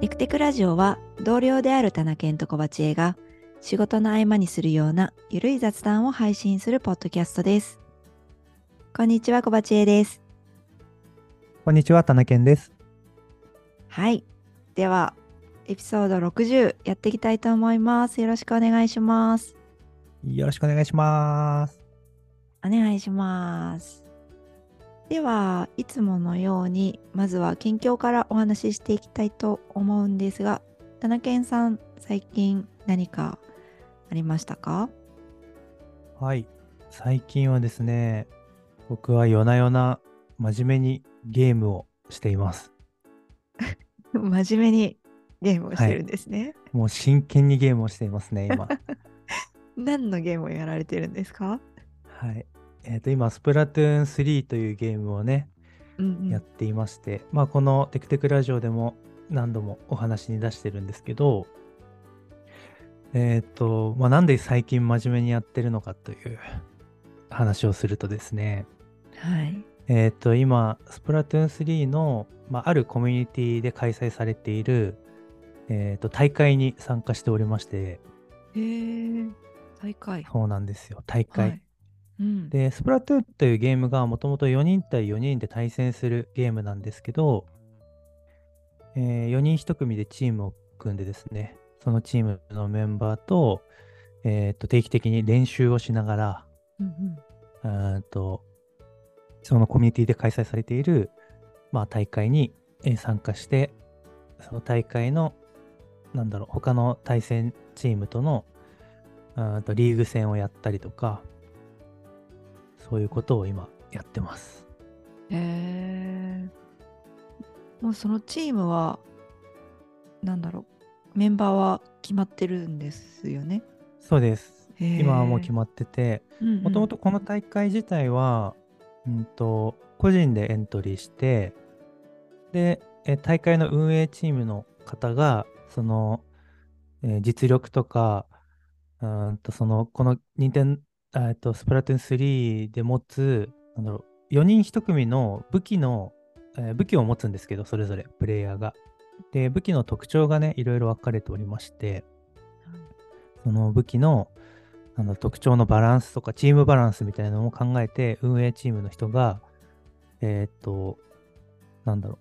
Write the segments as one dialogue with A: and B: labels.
A: テクテクラジオは同僚である田中健と小鉢江が仕事の合間にするようなゆるい雑談を配信するポッドキャストです。こんにちは、小鉢江です。
B: こんにちは、田中健です。
A: はい。では、エピソード60やっていきたいと思います。よろしくお願いします。
B: よろしくお願いします。
A: お願いします。では、いつものように、まずは近況からお話ししていきたいと思うんですが、田中健さん、最近何かありましたか
B: はい。最近はですね、僕は夜な夜な真面目にゲームをしています。
A: 真面目にゲームをしてるんですね。
B: もう真剣にゲームをしていますね、 今。
A: 何のゲームをやられてるんですか、
B: はい。えっ、と、今、スプラトゥーン3というゲームをね、
A: うん
B: やっていまして、まあ、このテクテクラジオでも何度もお話に出してるんですけど、えっ、と、まあ、なんで最近真面目にやってるのかという話をするとですね、
A: はい。
B: えっ、と、今、スプラトゥーン3の、まあ、あるコミュニティで開催されている、えっ、と、大会に参加しておりまして、
A: へえ、大会。
B: そうなんですよ、大会。
A: はい。うん。
B: で、スプラトゥーンというゲームがもともと4人対4人で対戦するゲームなんですけど、え4人1組でチームを組んでですね、そのチームのメンバーと、えっ、と、定期的に練習をしながら、
A: うんうん
B: うーんと、そのコミュニティで開催されている、まあ、大会にえー参加して、その大会の、なんだろう、他の対戦チームとの、うーんとリーグ戦をやったりとか、そういうことを今やってます。
A: へえ。もうそのチームは、なんだろう、メンバーは決まってるんですよね。
B: そうです。今はもう決
A: ま
B: まってて、
A: って、うんうん
B: もともとこの大会自体は、うんと、個人でエントリーして、で、え大会の運営チームの方が、その、えー実力とか、うーんと、その、この任天あえっと、スプラトゥーン3で持つ、なんだろう、4人1組の武器の、えー武器を持つんですけど、それぞれ、プレイヤーが。で、武器の特徴がね、いろいろ分かれておりまして、その武器のなんだ特徴のバランスとかチームバランスみたいなのを考えて運営チームの人がえーっとなんだろ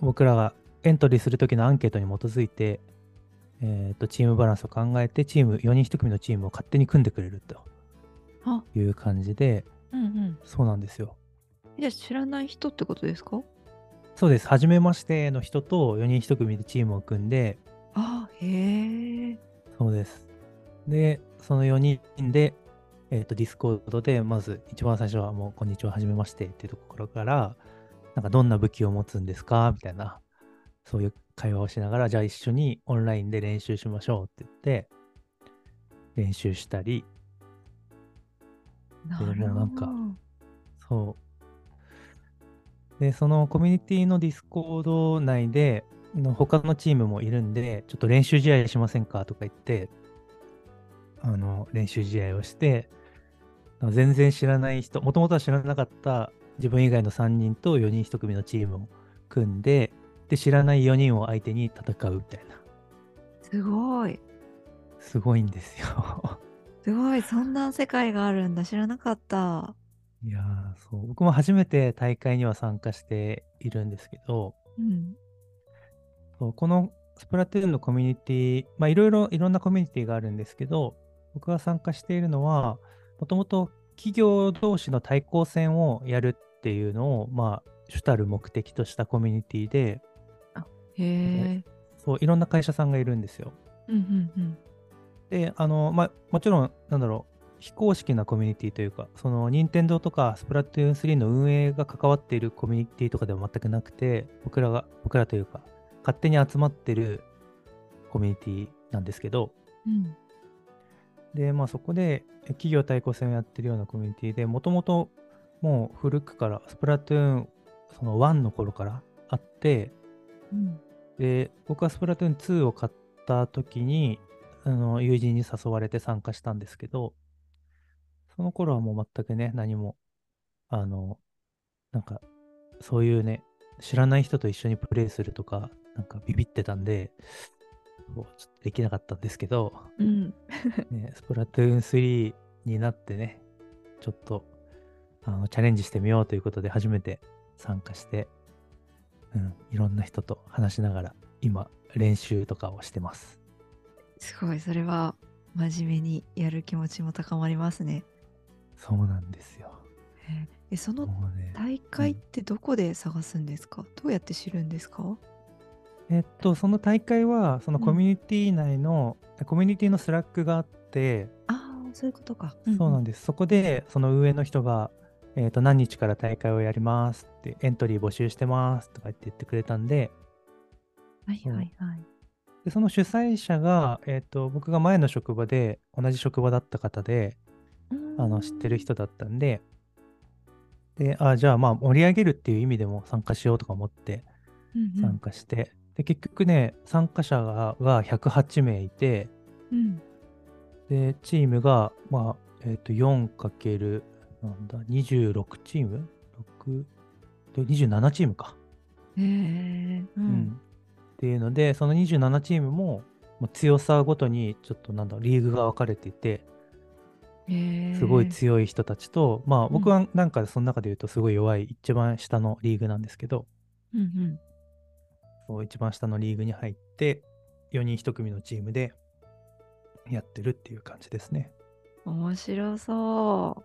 B: う僕らがエントリーする時のアンケートに基づいてえーっとチームバランスを考えてチーム4人1組のチームを勝手に組んでくれると
A: あ
B: いう感じで
A: うんうん。
B: そうなんですよ
A: じゃあ知らない人ってことですか
B: そうです初めましての人と4人1組でチームを組んで
A: あへえ。
B: そうです。で、その4人で、えっ、と、ディスコードで、まず一番最初はもう、こんにちは、はじめましてっていうところから、なんか、どんな武器を持つんですかみたいな、そういう会話をしながら、じゃあ一緒にオンラインで練習しましょうって言って、練習したり、
A: な
B: もう
A: るほど。
B: なんかそう。で、そのコミュニティのディスコード内で、の他のチームもいるんで、ちょっと練習試合しませんかとか言って、あの、練習試合をして、全然知らない人、もともとは知らなかった自分以外の3人と4人1組のチームを組んで、で、知らない4人を相手に戦うみたいな。
A: すごい。
B: すごいんですよ。
A: すごい。そんな世界があるんだ。知らなかった。
B: いやーそう。僕も初めて大会には参加しているんですけど、
A: うん。
B: そうこのスプラトゥーンのコミュニティ、まあ、いろいろいろんなコミュニティがあるんですけど、僕が参加しているのは、もともと企業同士の対抗戦をやるっていうのを、まあ、主たる目的としたコミュニティで、
A: へえ。
B: そういろんな会社さんがいるんですよ。
A: うんうんうん。
B: で、あの、まあ、もちろん、なんだろう、非公式なコミュニティというか、その、任天堂とか、スプラトゥーン3の運営が関わっているコミュニティとかでは全くなくて、僕らが、僕らというか、勝手に集まってるコミュニティなんですけど、
A: うん。
B: で、まあ、そこで、え企業対抗戦をやってるようなコミュニティで、もともと、もう古くから、スプラトゥーン、その1の頃からあって、
A: うん
B: で、僕はスプラトゥーン2を買った時に、あの、友人に誘われて参加したんですけど、その頃はもう全くね、何も、あの、なんか、そういうね、知らない人と一緒にプレイするとか、なんかビビってたんで、そうちょっとできなかったんですけど、
A: うん。
B: ね、スプラトゥーン3になってね、ちょっとあのチャレンジしてみようということで初めて参加して、うん、いろんな人と話しながら今練習とかをしてます。
A: すごい、それは真面目にやる気持ちも高まりますね。
B: そうなんですよ。
A: え、その
B: もうね、
A: 大会ってどこで探すんですか、どうやって知るんですか
B: えっと、その大会はその
A: うん
B: コミュニティ内の、コミュニティのスラックがあって、
A: ああ、そういうことか。
B: そうなん
A: で
B: です。そこで、その運営の人が、えっ、と、何日から大会をやりますって、エントリー募集してますとか言って言ってくれたんで、
A: す。はいはいはい。
B: でその主催者が、えっ、と、僕が前の職場で、同じ職場だった方で、あの、知ってる人だったんで、で、あ、じゃあ、まあ、盛り上げるっていう意味でも参加しようとか思って
A: うんうん
B: 参加して、で、結局ね、参加者がが108名いて、
A: うん
B: で、チームが、まあ、えっ、と、4× なんだ、26チーム ?6、で27チームか。
A: へえう
B: うん
A: ん。
B: っていうので、その27チームも、まあ強さごとに、ちょっとなんだ、リーグが分かれていて、
A: へえ
B: すごい強い人たちと、まあ、僕はなんかその中で言うと、すごい弱い、一番下のリーグなんですけど、
A: うんうん。
B: そう一番下のリーグに入って、4人1組のチームでやってるっていう感じですね。
A: 面白そ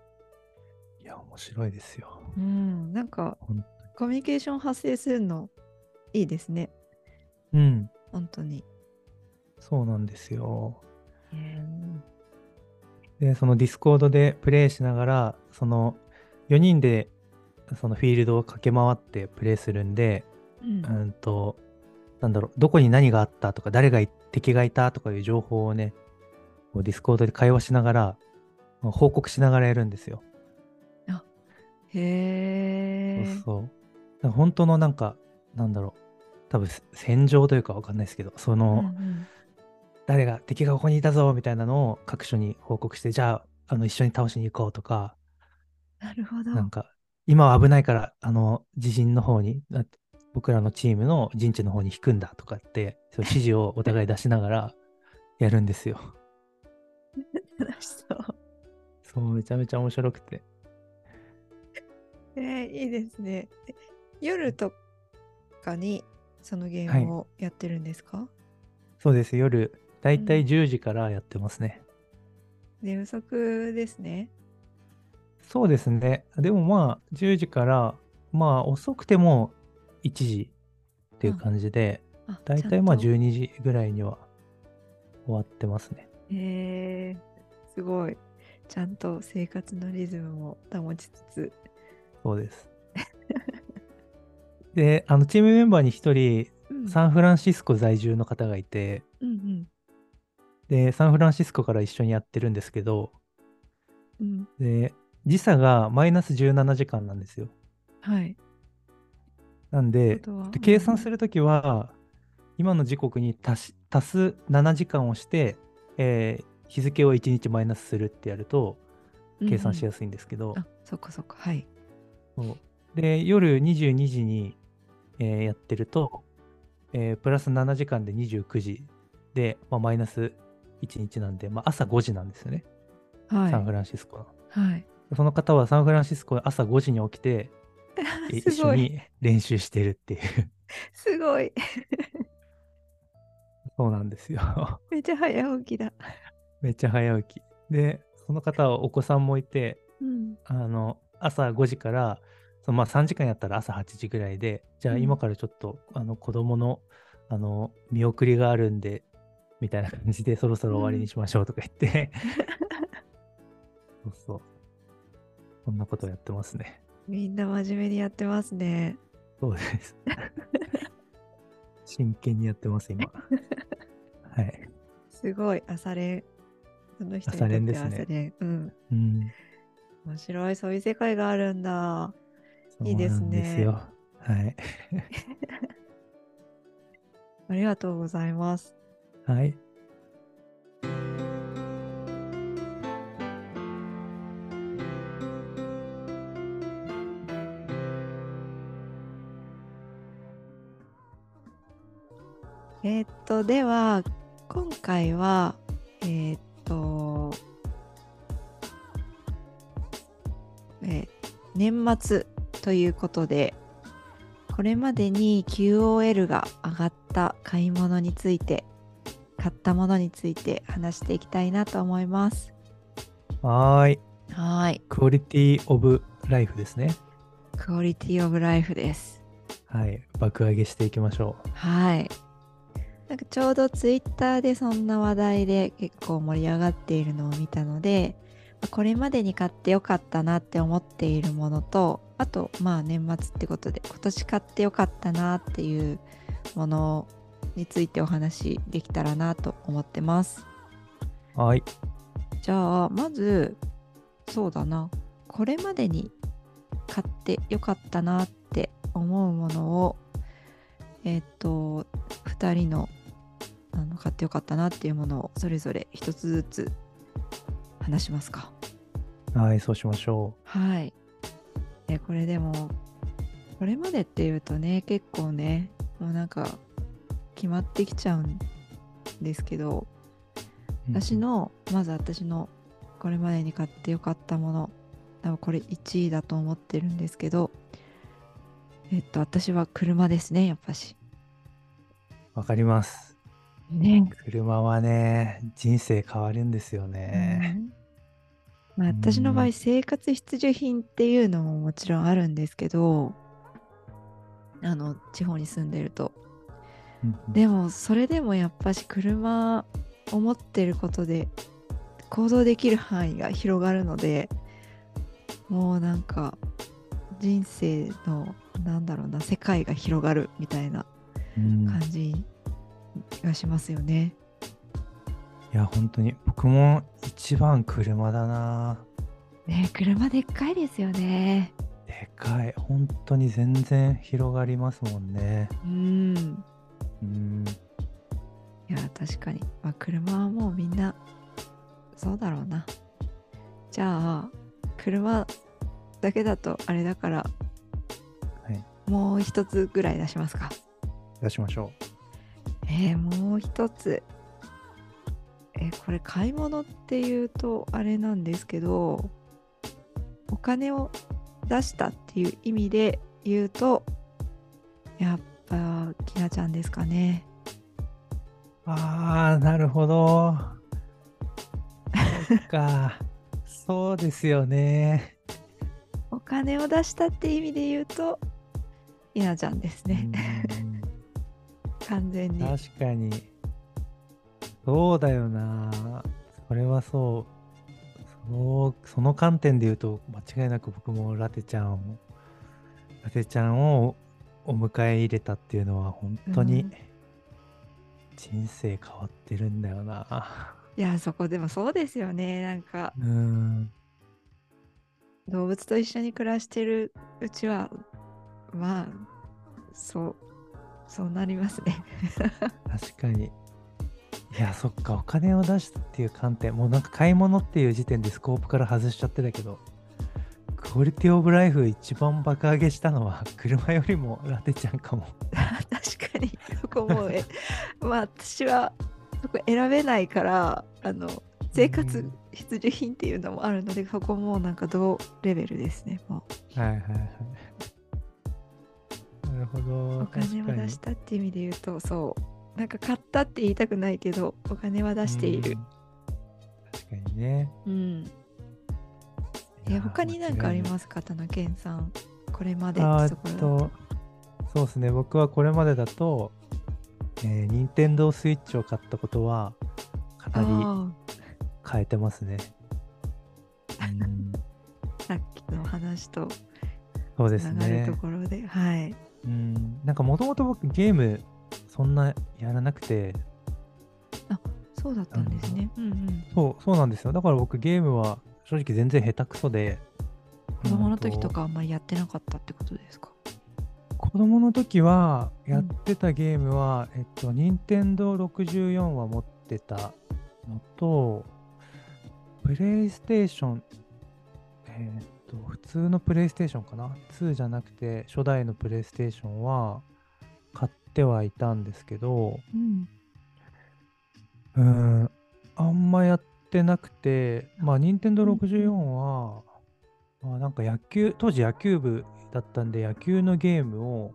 B: いや、面白いですよ。
A: う。うん。なんか
B: ほん
A: コミュニケーション発生するのいいですね。
B: うん。
A: 本当に。
B: そうなんですよ。
A: へえ
B: で、そのディスコードでプレイしながら、その4人でそのフィールドを駆け回ってプレイするんで、
A: うん
B: うんと、なんだろう、どこに何があったとか、誰がい敵がいたとかいう情報をね、こうディスコードで会話しながら、まあ報告しながらやるんですよ。
A: へえ。
B: そうそう。だから本当のなんか、なんだろう、多分せ戦場というかわかんないですけど、その、
A: うん
B: 誰が敵がここにいたぞみたいなのを各所に報告して、じゃあ、あの一緒に倒しに行こうとか、
A: なるほど。
B: なんか、今は危ないから、あの、自陣の方に、あ僕らのチームの陣地の方に引くんだとかって、そう指 示をお互い出しながらやるんですよ。
A: 楽しそう。
B: そう、めちゃめちゃ面白くて。
A: えー、いいですね。え夜とかにそのゲ
B: は
A: ー
B: い
A: ムをやってるんですか、
B: そうです、夜、だいた
A: う
B: い
A: ん
B: 10時からやってますね。
A: 寝不足ですね。
B: そうですね。でもまあ、10時から、まあ、遅くても1時っていう感じで、
A: あ
B: だいたいまあ
A: ちゃんと
B: 12時ぐらいには終わってますね。
A: へえすごい。ちゃんと生活のリズムも保ちつつ。
B: そ うです。で、あの、チームメンバーに1人、
A: うん
B: サンフランシスコ在住の方がいて、
A: うん
B: で、サンフランシスコから一緒にやってるんですけど、
A: うん。うん。
B: で、時差がマイナス17時間なんですよ。
A: はい。
B: なんで、
A: とは
B: で計算するときは、今の時刻に足し足す7時間をして、えー日付を1日マイナスするってやると、計算しや
A: す
B: すいんですけど、
A: あ、そっかそっか。はい。
B: そうで、夜22時に、えーやってると、えープラス7時間で29時で、まあ、マイナス1日なんで、まあ、朝5時なんですよね、
A: はい
B: サ。ンフランシスコの。
A: はい。
B: その方はサンフランシスコで朝5時に起きて、え一
A: すご
B: 緒
A: い。
B: に練習してるっていう、
A: すごい。
B: そうなんですよ。
A: めっちゃ早起きだ。
B: めっちゃ早起き。で、その方はお子さんもいて、
A: うん。
B: あの、朝5時から、そのまあ3時間やったら朝8時ぐらいで、じゃあ
A: うん
B: 今からちょっと、あの子供の、あの、見送りがあるんで、みたいな感じで、そろそろ終わりにしましょうとか言って、 そうそう。こんなことをやってますね。
A: みんな真面目にやってますね。
B: そうです。真剣にやってます、今。はい。
A: すごい。朝練。その人にと
B: 朝練
A: って
B: で
A: は
B: すね
A: 朝練。うん。
B: うん。
A: 面白い。そういう世界があるんだ。いいですね
B: そうなんですよ。はい。
A: ありがとうございます。
B: はい。
A: えーっとでは今回はえーっと、えー年末ということでこれまでに QOL が上がった買い物について買ったものについて話していきたいなと思います。
B: はーい。
A: はーい、
B: クオリティオブライフですね。
A: クオリティオブライフです。
B: はい。爆上げしていきましょ
A: はい。なんかちょうどツイッターでそんな話題で結構盛り上がっているのを見たので、まあこれまでに買ってよかったなって思っているものと、あとまあ年末ってことで今年買ってよかったなっていうものについてお話できたらなと思ってます。
B: う。はーい。
A: じゃあまずそうだなこれまでに買ってよかったなって思うものをえっ、と2人のあの買ってよかったなっていうものをそれぞれ一つずつ話しますか
B: はい。そうしましょ
A: はいえこれでもこれまでっていうとね結構ねもうなんか決まってきちゃうんですけど
B: う。うん
A: 私。のまず私のこれまでに買ってよかったもの多分これ1位だと思ってるんですけどえっと私は車ですねやっぱし
B: わかります。
A: ね、
B: 車はね、人生変わるんですよね。
A: まあ、
B: うん
A: 私の場合生活必需品っていうのももちろんあるんですけどあの地方に住んでると
B: うんうん
A: でもそれでもやっぱし車を持ってることで行動できる範囲が広がるのでもうなんか人生のなんだろうな世界が広がるみたいな
B: うん
A: 感じがしますよね。
B: いや、本当に僕も一番車だな。
A: ねえ車でっかいですよね。
B: でかい。本当に全然広がりますもんね。
A: うん。
B: うん。
A: いや確かに、まあ、車はもうみんなそうだろうなじゃあ車だけだとあれだから、
B: はい
A: もう一つぐらい出しますか
B: 出しましょ
A: えーもう一つえーこれ買い物っていうとあれなんですけどお金を出したっていう意味で言うとやっぱきなちゃんですかね
B: う。ああ、なるほど。そっか。そうですよね。
A: お金を出したって意味で言うと、ひなちゃんですね。完全
B: うん
A: に。
B: 確かに。そうだよな。それはそう。そうその観点で言うと間違いなく僕もラテちゃんをラテちゃんをお迎え入れたっていうのは本当
A: う
B: に
A: ん
B: 人生変わってるんだよな。
A: いや、そこでもそうですよね。なんか、
B: うん
A: 動物と一緒に暮らしてるうちは、まあ、そう、そうなりますね。
B: 確かに。いや、そっか、お金を出したっていう観点、もうなんか買い物っていう時点でスコープから外しちゃってたけど、クオリティオブライフ一番爆上げしたのは、 車よりもラテちゃんかも。
A: 確かに、そこも う、え、まあ、私は、そこ選べないから、あの、生活必需品っていうのもあるので、そこもなんか同レベルですね。も
B: はいはいはい。なるほど。
A: う、お金を出したっていう意味で言うと、そう、なんか買ったって言いたくないけど、お金は出している。
B: 確かにうん。確かにね。
A: うん。え、他に何かありますか、田中健さん。これまで
B: あ
A: っ
B: ー
A: てと
B: っ
A: ころだと。
B: と、そうですね、僕はこれまでだと、えー、任天堂スイッチを買ったことは、かなり
A: あ
B: 変えてますね。うん、
A: あ、さっきの話と
B: そうで
A: つ
B: す
A: ながる
B: ね
A: と。ころで、はい。
B: うん、なんかもともと僕ゲームそんなやらなくて、
A: そうだったんですね。うんうん。
B: そうそうなんですよ。だから僕ゲームは正直全然下手くそで。
A: 子供の時と
B: うん
A: かあんまりやってなかったってことですか。
B: 子供の時はやってたゲームは、えっと、任天堂64は持ってたのと、プレイステーション、えっと、普通のプレイステーションかな ?2 じゃなくて、初代のプレイステーションは買っってはいたんですけど、
A: うん。
B: うん、あんまやってなくて、まあ、任天堂
A: うんうん
B: 64は、まあ、なんか野球、当時野球部だったんで、野球のゲームを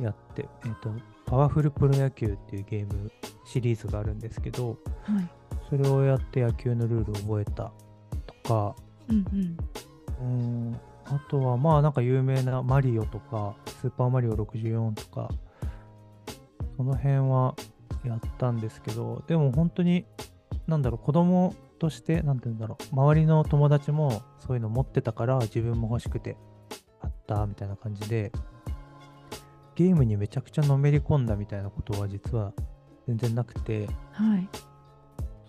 B: やって、えっと、パワフルプロ野球っていうゲームシリーズがあるんですけど、
A: はい。
B: それをやって野球のルールを覚えたとか、
A: うんうん。
B: うん、あとはまあなんか有名なマリオとか、スーパーマリオ64とか、その辺はやったんですけど、でも本当に、なんだろう、子供として、なんて言うんだろう、周りの友達もそういうの持ってたから、自分も欲しくて買ったみたいな感じで、ゲームにめちゃくちゃのめり込んだみたいなことは実は全然なくて、
A: はい。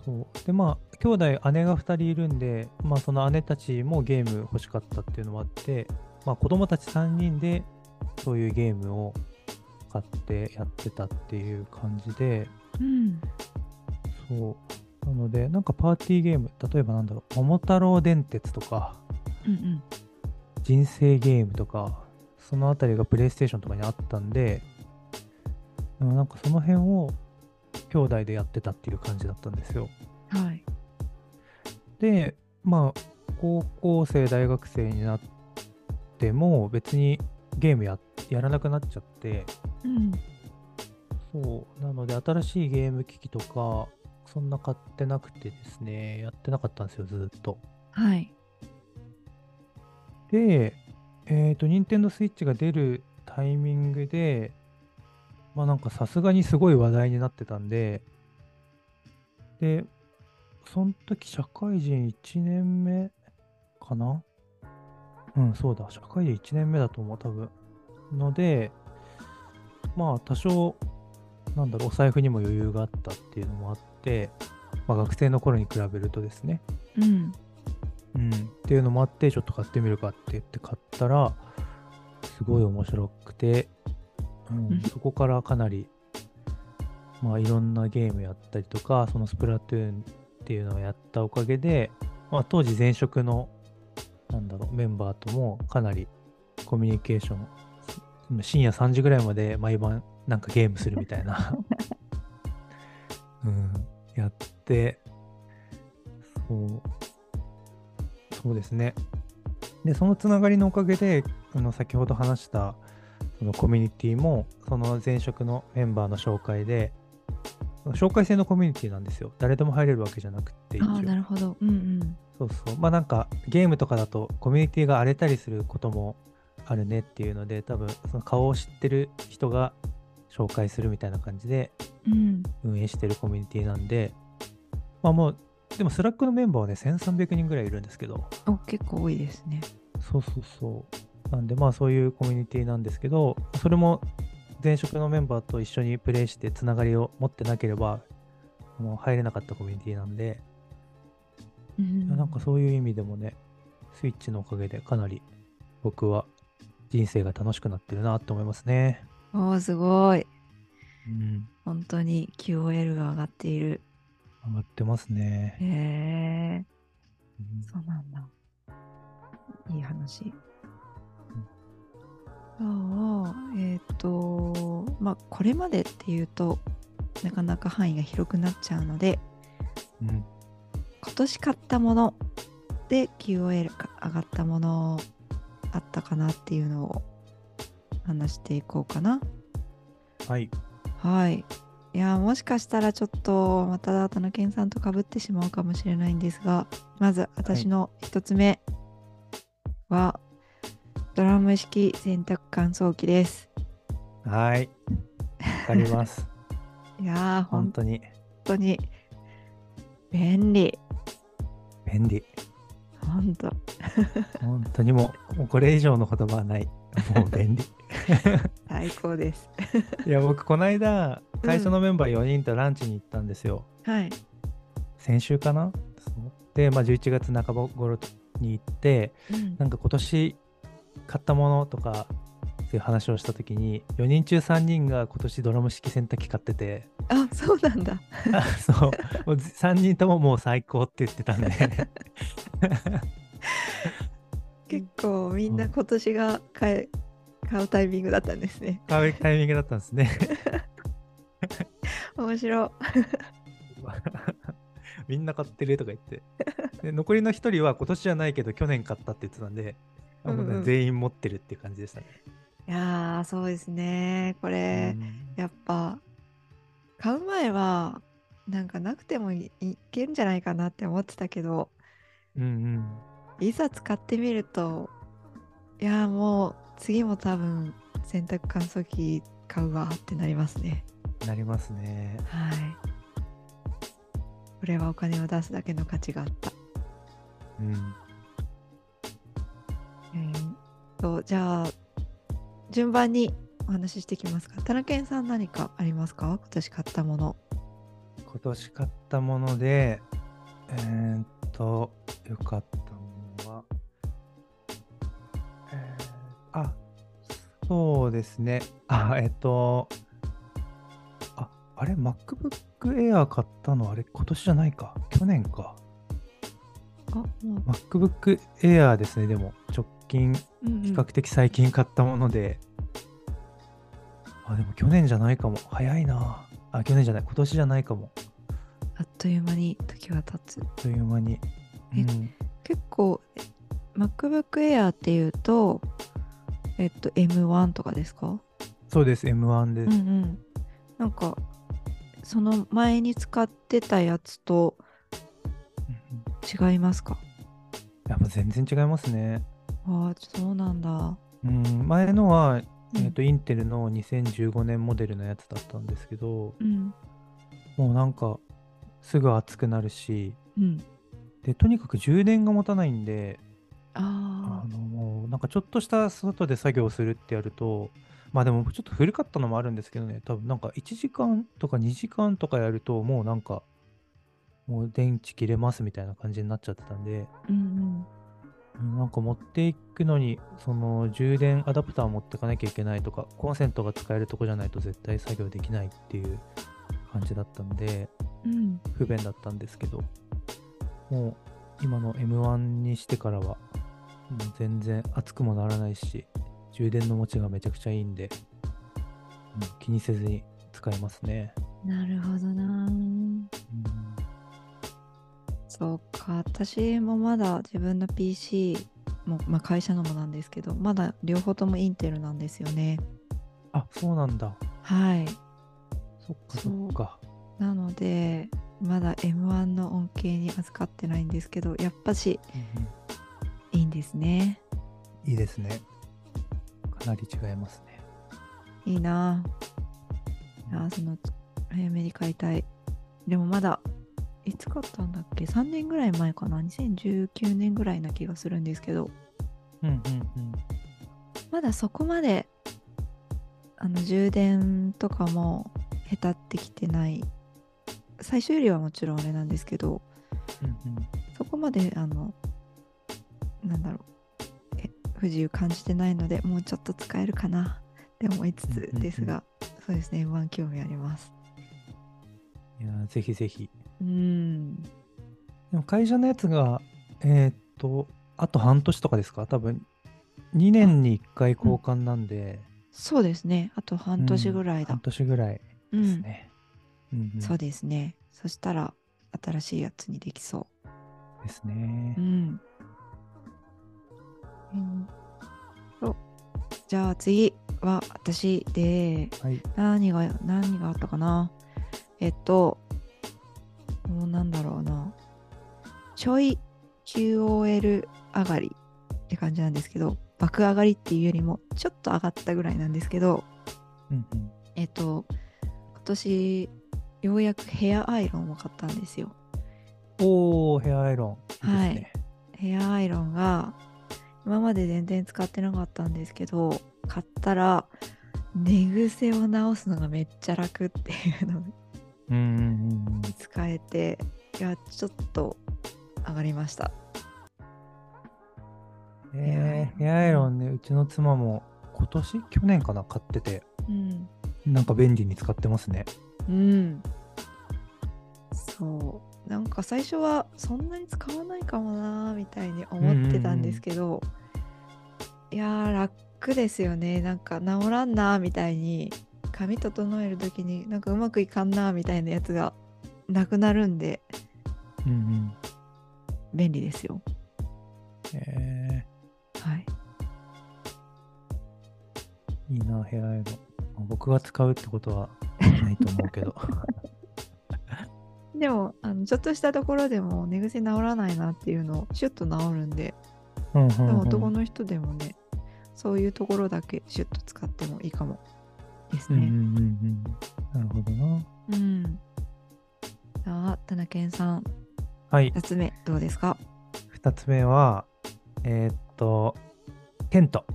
B: そうでまあ兄弟姉が2人いるんで、まあ、その姉たちもゲーム欲しかったっていうのもあって、まあ、子供たち3人でそういうゲームを買ってやってたっていう感じで
A: うん。
B: そうなのでなんかパーティーゲーム例えばなんだろう「桃太郎電鉄」とか
A: うんうん。
B: 「人生ゲーム」とかそのあたりがプレイステーションとかにあったんでうんなんかその辺を兄弟でやってたっていう感じだったんですよ。
A: はい。
B: でまあ高校生大学生になっても別にゲームややらなくなっちゃって
A: うん。
B: そうなので新しいゲーム機器とかそんな買ってなくてですねやってなかったんですよずっと
A: はい。
B: でえっ、ー、と NintendoSwitch が出るタイミングでまあなんかさすがにすごい話題になってたんででその時社会人1年目かなうん、そうだ。社会人1年目だと思う、多分。ので、まあ、多少、なんだろう、お財布にも余裕があったっていうのもあって、まあ、学生の頃に比べるとですね、
A: うん。
B: うん、っていうのもあって、ちょっと買ってみるかって言って買ったら、すごい面白くて、う
A: うんん、
B: そこからかなり、まあ、いろんなゲームやったりとか、そのスプラトゥーンっていうのをやったおかげで、まあ、当時前職の、なんだろう、メンバーともかなりコミュニケーション、深夜3時ぐらいまで毎晩なんかゲームするみたいな、うん、やって、そう、そうですね。で、そのつながりのおかげで、あの先ほど話したそのコミュニティも、その前職のメンバーの紹介で、紹介制のコミュニティなんですよ。誰でも入れるわけじゃなくて、一
A: ああ、
B: 応
A: なるほど。うんうん。
B: そうそう。まあなんかゲームとかだとコミュニティが荒れたりすることもあるねっていうので、多分その顔を知ってる人が紹介するみたいな感じで
A: うん。
B: 運営してるコミュニティなんで、まあもう、でもスラックのメンバーはね、1300人ぐらいいるんですけど、
A: お、結構多いですね。
B: そうそうそう。なんでまあそういうコミュニティなんですけど、それも前職のメンバーと一緒にプレイしてつながりを持ってなければ、もう入れなかったコミュニティなんで、
A: うん。
B: なんかそういう意味でもね、スイッチのおかげでかなり僕は人生が楽しくなってるなって思いますね。
A: おーすごい。
B: うん。
A: 本当に QOL が上がっている。
B: 上がってますね。
A: へえ、
B: うん
A: そうなんだ。いい話。ああ、えっ、と、まあ、これまでっていうと、なかなか範囲が広くなっちゃうので、
B: うん。
A: 今年買ったもので QOL が上がったものあったかなっていうのを話していこうかな。
B: はい。
A: はい。いやーもしかしたらちょっとまた田中さんとかぶってしまうかもしれないんですがまず私の一つ目は、ドラム式洗濯乾燥機です。
B: はい。わかり ます。
A: いやー
B: 本
A: 本
B: 当に
A: 当に便利
B: 便利。
A: 本当
B: 本当にもう、もうこれ以上の言葉はない。もう便利。
A: 最高 です。
B: いや、僕、この間、会社のメンバー4人とランチに行ったんですよ。
A: はい。
B: 先週かなそうで、まあ、11月半ば頃に行って、
A: うん
B: なんか今年買ったものとかっていう話をした時に4人中3人が今年ドラム式洗濯機買ってて
A: あそうなんだ。
B: あそうもう3人とももう最高って言ってたんで
A: 結構みんな今年が買え買うタイミングだったんですね。
B: 買うタイミングだったんですね
A: 面白
B: みんな買ってるとか言って。で残りの一人は今年じゃないけど去年買ったって言ってたんで、あもうね
A: うんうん
B: 全員持ってるっていう感じでしたね。
A: い。いやー、そうですね。これ、
B: うん
A: やっぱ、買う前は、なんかなくてもいいけんじゃないかなって思ってたけど、
B: うん
A: いざ使ってみると、いやーもう次も多分洗濯乾燥機買うわってなりますね。
B: うん。なりますね。
A: はい。これはお金を出すだけの価値があった。
B: うん。
A: えーとじゃあ順番にお話ししていきますか。田中健さん何かありますか今年買ったもの。
B: 今年買ったもので、えー、っと、よかったものは、えーあ、そうですね。あ、えーっと、あ、あれ、MacBook Air 買ったの、あれ、今年じゃないか。去年か。
A: あも
B: MacBook Air ですね、でも、直近、
A: う、うんう
B: 比
A: ん
B: 較的最近買ったもので、あ、でも去年じゃないかも。早いな。あ、去年じゃない、今年じゃないかも。
A: あっという間に時が経つ。
B: あっという間に。
A: え
B: うん
A: 結構 MacBook Air っていうとえっと M1 とかですか
B: そうです、M1 で
A: うんう
B: す。
A: ん。なんかその前に使ってたやつと
B: うん
A: 違いますか
B: やっぱ全然違いますね。
A: ああそうなんだ。
B: うん、前のは、
A: うん
B: えっとインテルの2015年モデルのやつだったんですけど、
A: うん。
B: もうなんかすぐ熱くなるし、
A: うん。
B: で、とにかく充電が持たないんで、
A: あ
B: あのもうなんかちょっとした外で作業するってやると、まあでもちょっと古かったのもあるんですけどね、多分なんか1時間とか2時間とかやると、もうなんか、もう電池切れますみたいな感じになっちゃってたんで、
A: あ。うん
B: うんなんか持っていくのに、その充電アダプター持ってかなきゃいけないとか、コンセントが使えるとこじゃないと絶対作業できないっていう感じだったんで、
A: うん。うん。
B: 不便だったんですけど、もう今の M1 にしてからは、うん全然熱くもならないし、充電の持ちがめちゃくちゃいいんで、うん気にせずに使えますね。
A: なるほどなー。
B: うん
A: そうか私もまだ自分の PC も、まあ、会社のもなんですけどまだ両方ともインテルなんですよね
B: あ、そうなんだ。
A: はい
B: そっかそっか。
A: なのでまだ M1 の恩恵に預かってないんですけどやっぱし
B: うんうん
A: いいんですね
B: いいですね。かなり違いますね。
A: いいなああーその早めに買いたいでもまだいつ買ったんだっけ3年ぐらい前かな2019年ぐらいな気がするんですけど
B: うんうんうん。
A: まだそこまであの充電とかもへたってきてない最初よりはもちろんあれなんですけど
B: うんうん
A: そこまであのなんだろうえ不自由感じてないのでもうちょっと使えるかなって思いつ
B: うんうん
A: つ
B: うん
A: ですが、そうですね M1 興味あります
B: いやーぜひぜひ。
A: うん
B: でも会社のやつが、えーっと、あと半年とかですか多分、2年に1回交換なんで、
A: そうですねあと半年ぐらい
B: うん半
A: だ、
B: 年ぐらい
A: うん
B: ですね。うんうん
A: そうですねそしたら新しいやつにできそう
B: ですね
A: う。ん。うんとじゃあ次は私で
B: はい。
A: 何が何があったかなえっともうなんだろうなちょい QOL 上がりって感じなんですけど爆上がりっていうよりもちょっと上がったぐらいなんですけど
B: うんうん
A: えっと今年ようやくヘアアイロンを買ったんですよ
B: おー、ヘアアイロン。いいですね。
A: ヘアアイロンが今まで全然使ってなかったんですけど買ったら寝癖を直すのがめっちゃ楽っていうのに
B: うんうんうんうん。
A: 使えていやちょっと上がりました
B: えーヘアアイロンね、うちの妻も今年去年かな買ってて、
A: うん
B: なんか便利に使ってますね。
A: うんそうなんか最初はそんなに使わないかもなーみたいに思ってたんですけど、いやー楽ですよねなんか治らんなーみたいに髪整える時になんかうまくいかんなみたいなやつがなくなるんで
B: うんうん。
A: 便利ですよ。
B: え
A: はい。
B: ー、いいな、ヘアアイロン。まあ僕が使うってことはないと思うけ ど。
A: でもあのちょっとしたところでも寝癖治らないなっていうのシュッと治るんで
B: うんうん、うん。
A: でも男の人でもね、そういうところだけシュッと使ってもいいかもです
B: うんうん
A: ね。
B: うんうん。なるほどな。
A: うん、さあ、田中健さん、
B: はい。
A: 2つ目どうですか
B: 二つ目は、えーっと、テント。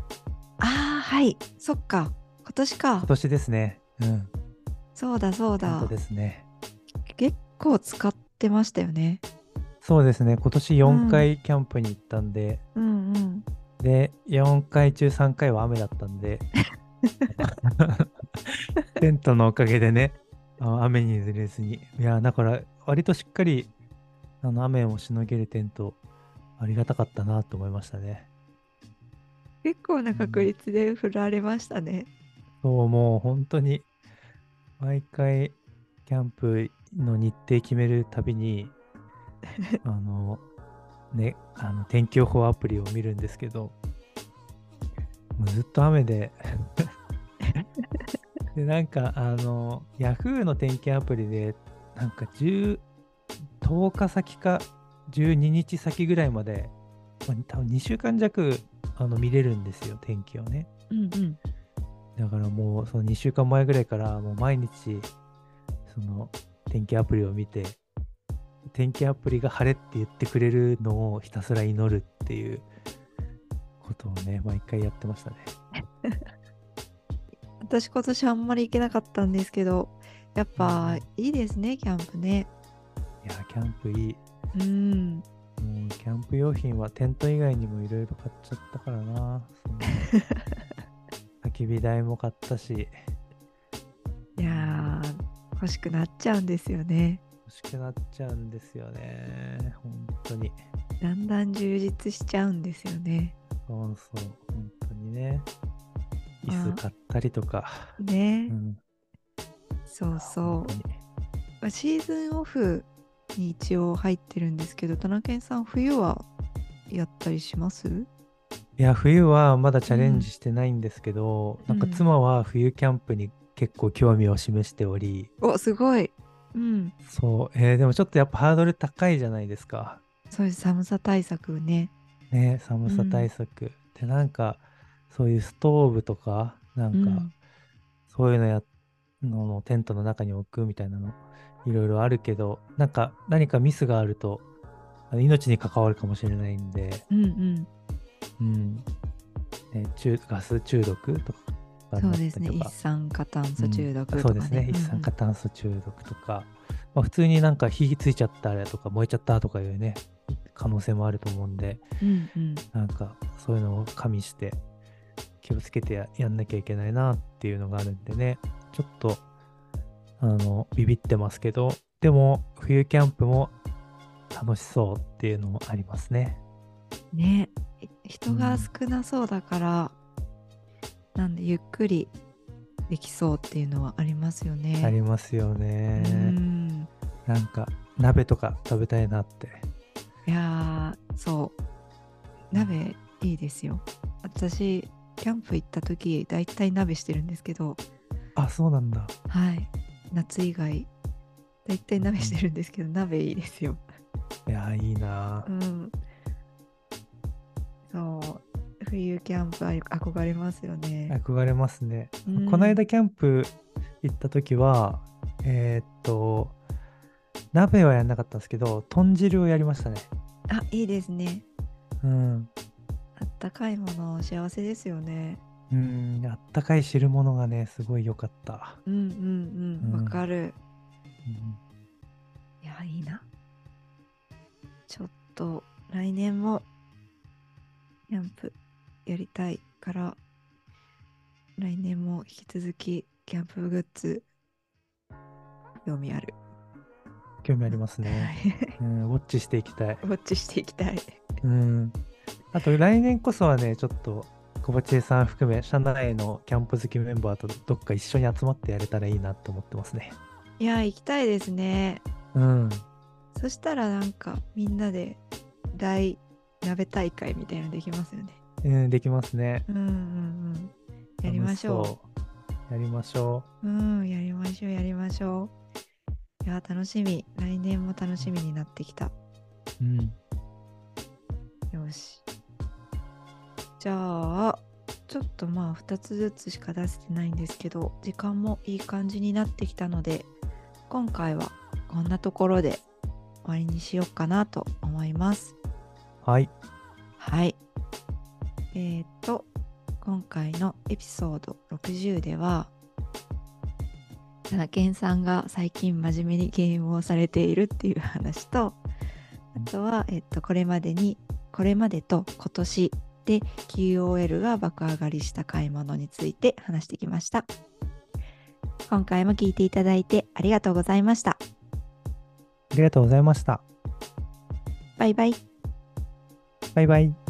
A: ああ、はい。そっか。今年か
B: 今。年ですね。うん。
A: そうだそう
B: テン
A: だ
B: ト。ですね。
A: 結構使ってましたよね。
B: そうですね。今年
A: うん
B: 4回キャンプに行ったんで、
A: うんうん。
B: で、4回中3回は雨だったんで、テントのおかげでね、あの雨に濡れずに。いや、だから、割としっかり、あの、雨をしのげるテント、ありがたかったなと思いましたね。
A: 結構な確率で振られましたね。
B: そう、もう本当に、毎回、キャンプの日程決めるたびに、あの、ね、あの天気予報アプリを見るんですけど、もうずっと雨で、で、なんか、あの、Yahoo の天気アプリで、なんか10、10日先か12日先ぐらいまで、まあ、多分2週間弱、あの、見れるんですよ、天気をね。
A: うんうん。
B: だからもうその2週間前ぐらいからもう毎日その天気アプリを見て天気アプリが晴れって言ってくれるのをひたすら祈るっていうことをね毎回やってましたね。
A: 私今年あんまり行けなかったんですけど、やっぱいいですね、キャンプね。
B: いやーキャンプいい。
A: うん。
B: もうキャンプ用品はテント以外にもいろいろ買っちゃったからな。その焚き火台も買ったし
A: いやー、欲しくなっちゃうんですよね。
B: 欲しくなっちゃうんですよね。本当に。
A: だんだん充実しちゃうんですよね。
B: そうそう、本当にね。
A: あー
B: 椅子買ったりとか。
A: ね、
B: うん、
A: そうそ
B: 本当に
A: う。シーズンオフに一応入ってるんですけど、田中さん、冬はやったりします
B: いや、冬はまだチャレンジしてないんですけど、
A: うん
B: なんか妻は冬キャンプに結構興味を示しており、
A: お、すごい。うん。
B: そう、えーでもちょっとやっぱハードル高いじゃないですか。
A: そういう寒さ対策ね。
B: ね、寒さ対策。で、なんか、そういうストーブとか、なんか、
A: うん
B: そういうのや、ののテントの中に置くみたいなの、いろいろあるけど、なんか、何かミスがあると、あの命に関わるかもしれないんで、
A: うんうん。
B: うん。ね、中ガス中毒とかが
A: そ
B: な
A: う
B: ったり
A: で
B: と
A: すね。一
B: か
A: 酸化炭素中毒とか、ね
B: そうですね、
A: んん
B: 一酸化炭素中毒とか、まあ、普通になんか火ついちゃったとか燃えちゃったとかいうね可能性もあると思うんで
A: うんうん。
B: なんかそういうのを加味して気をつけてややんなきゃいけないなっていうのがあるんでねちょっとあのビビってますけどでも冬キャンプも楽しそうっていうのもありますね
A: ね。ひ人
B: う
A: が
B: ん
A: 少なそうだから、なんでゆっくりできそうっていうのはありますよね。
B: ありますよね、
A: うん。
B: なんか鍋とか食べたいなって
A: いやーそう鍋いいですよ私キャンプ行った時だいたい鍋してるんですけど
B: あそうなんだ
A: はい夏以外だいたい鍋してるんですけど鍋いいですよ
B: いやーいいな
A: う
B: ー
A: んそう冬キャンプあり憧れますよね、
B: 憧れますね、
A: うん
B: この間キャンプ行った時はえーっと鍋はやんなかったんですけど豚汁をやりましたね
A: あいいですね
B: うん
A: あったかいもの幸せですよね
B: うんあったかい汁物がねすごい良かった、
A: うんうんうんわ、
B: うん
A: かる
B: うん
A: いや、いいな。ちょっと、来年も、キャンプやりたいから、来年も引き続き、キャンプグッズ、興味ある。
B: 興味あります
A: は
B: ね、
A: い。
B: うん、ウォッ チしていきたい
A: ウォッチしていきたい。
B: うんあと来年こそはねちょっと小鉢さん含め社内のキャンプ好きメンバーとどっか一緒に集まってやれたらいいなと思ってますね。
A: いや行きたいですね
B: うん。
A: そしたらなんかみんなで大鍋大会みたいなのできますよね
B: うん、できますね。
A: うんうんうんやりましょう
B: 楽そう。やりましょ
A: うん、やりましょう、やりましょう。いや、楽しみ。来年も楽しみになってきた。
B: う。うん。
A: よし。じゃあ、ちょっとまあ、2つずつしか出せてないんですけど、時間もいい感じになってきたので、今回はこんなところで終わりにしようかなと思います。
B: はい。
A: はい。えっ、と、今回のエピソード60では、ただけんさんが最近真面目にゲームをされているっていう話と、あとは、えっ、と、これまでに、これまでと今年で QOL が爆上がりした買い物について話してきました。今回も聞いていただいてありがとうございました。
B: ありがとうございました。
A: バイバイ。
B: バイバイ。